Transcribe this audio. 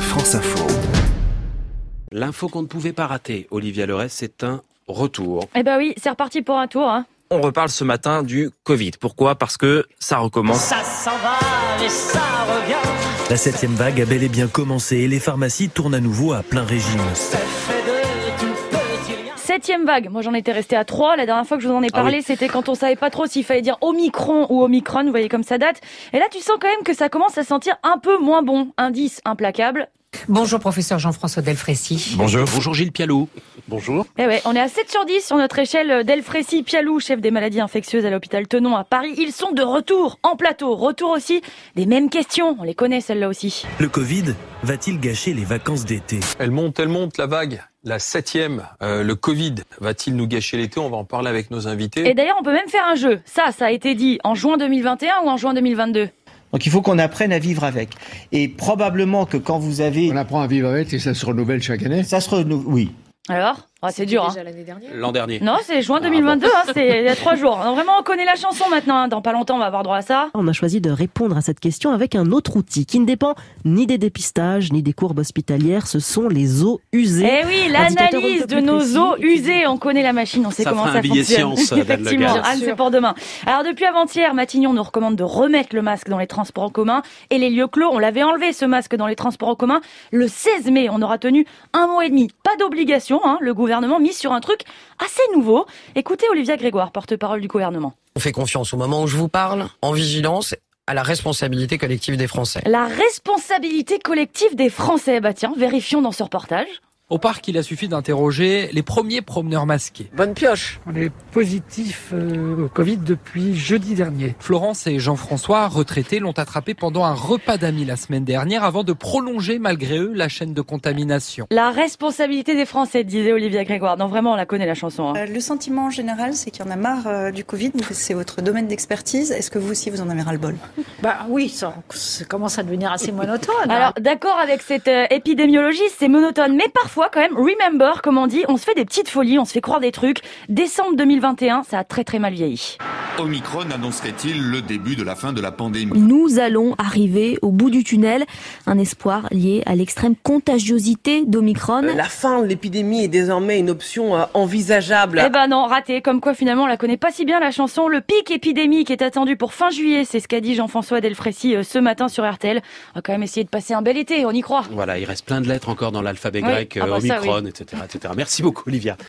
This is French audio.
France Info. L'info qu'on ne pouvait pas rater, Olivia Lorez, c'est un retour. Eh ben oui, c'est reparti pour un tour. Hein. On reparle ce matin du Covid. Pourquoi Parce que ça recommence. Ça s'en va et ça revient. La septième vague a bel et bien commencé et les pharmacies tournent à nouveau à plein régime. C'est fait de tout petit rien. Septième vague, moi j'en étais resté à trois. La dernière fois que je vous en ai parlé, c'était quand on savait pas trop s'il fallait dire Omicron ou Omicron, vous voyez comme ça date. Et là, tu sens quand même que ça commence à sentir un peu moins bon. Indice implacable. Bonjour professeur Jean-François Delfrécy. Bonjour. Bonjour Gilles Pialou. Eh ouais, on est à 7 sur 10 sur notre échelle d'Elfrécy Pialou, chef des maladies infectieuses à l'hôpital Tenon à Paris. Ils sont de retour en plateau. Retour aussi des mêmes questions. On les connaît celles-là aussi. Le Covid va-t-il gâcher les vacances d'été Elle monte, elle monte, la vague. La septième, euh, le Covid, va-t-il nous gâcher l'été On va en parler avec nos invités. Et d'ailleurs, on peut même faire un jeu. Ça, ça a été dit en juin 2021 ou en juin 2022 Donc il faut qu'on apprenne à vivre avec. Et probablement que quand vous avez... On apprend à vivre avec et ça se renouvelle chaque année. Ça se renouvelle, oui. Alors Ah, C'est dur. hein. Déjà l'année dernière. L'an dernier. Non, c'est juin 2022, hein, c'est il y a trois jours. Non, vraiment, on connaît la chanson maintenant. hein. Dans pas longtemps, on va avoir droit à ça. On a choisi de répondre à cette question avec un autre outil qui ne dépend ni des dépistages ni des courbes hospitalières. Ce sont les eaux usées. Eh oui, Indicateur un l'analyse peu de plus nos précis. eaux usées. On connaît la machine, on sait Ça comment fera ça un billet fonctionne. science, Dan Le Effectivement, Gall. Anne, c'est pour demain. Alors depuis avant-hier, Matignon nous recommande de remettre le masque dans les transports en commun et les lieux clos. On l'avait enlevé ce masque dans les transports en commun le 16 mai. On aura tenu un mois et demi. Pas d'obligation. hein. Le gouvernement mise sur un truc assez nouveau. Écoutez Olivia Grégoire, porte-parole du gouvernement. On fait confiance au moment où je vous parle, en vigilance, à la responsabilité collective des Français. La responsabilité collective des Français. Bah tiens, vérifions dans ce reportage. Au parc, il a suffi d'interroger les premiers promeneurs masqués. Bonne pioche On est positif euh, au Covid depuis jeudi dernier. Florence et Jean-François, retraités, l'ont attrapé pendant un repas d'amis la semaine dernière avant de prolonger malgré eux la chaîne de contamination. La responsabilité des Français, disait Olivia Grégoire. Non, vraiment, on la connaît la chanson. hein. Euh, Le sentiment en général, c'est qu'il y en a marre euh, du Covid, donc c'est votre domaine d'expertise. Est-ce que vous aussi, vous en avez ras-le-bol Bah oui, ça, ça commence à devenir assez monotone. Alors, d'accord avec cette euh, épidémiologie, c'est monotone, mais parfois, quand même, remember, comme on dit, on se fait des petites folies, on se fait croire des trucs. Décembre 2021, ça a très très mal vieilli. Omicron annoncerait-il le début de la fin de la pandémie Nous allons arriver au bout du tunnel, un espoir lié à l'extrême contagiosité d'Omicron. La fin de l'épidémie est désormais une option euh, envisageable. Eh ben non, raté. Comme quoi, finalement, on la connaît pas si bien, la chanson. Le pic épidémique est attendu pour fin juillet. C'est ce qu'a dit Jean-François Delfrécy euh, ce matin sur RTL. On va quand même essayer de passer un bel été, on y croit. Voilà, il reste plein de lettres encore dans l'alphabet Oui. grec, Ah euh, bah ça, Omicron, etc., etc. Merci beaucoup, Olivia.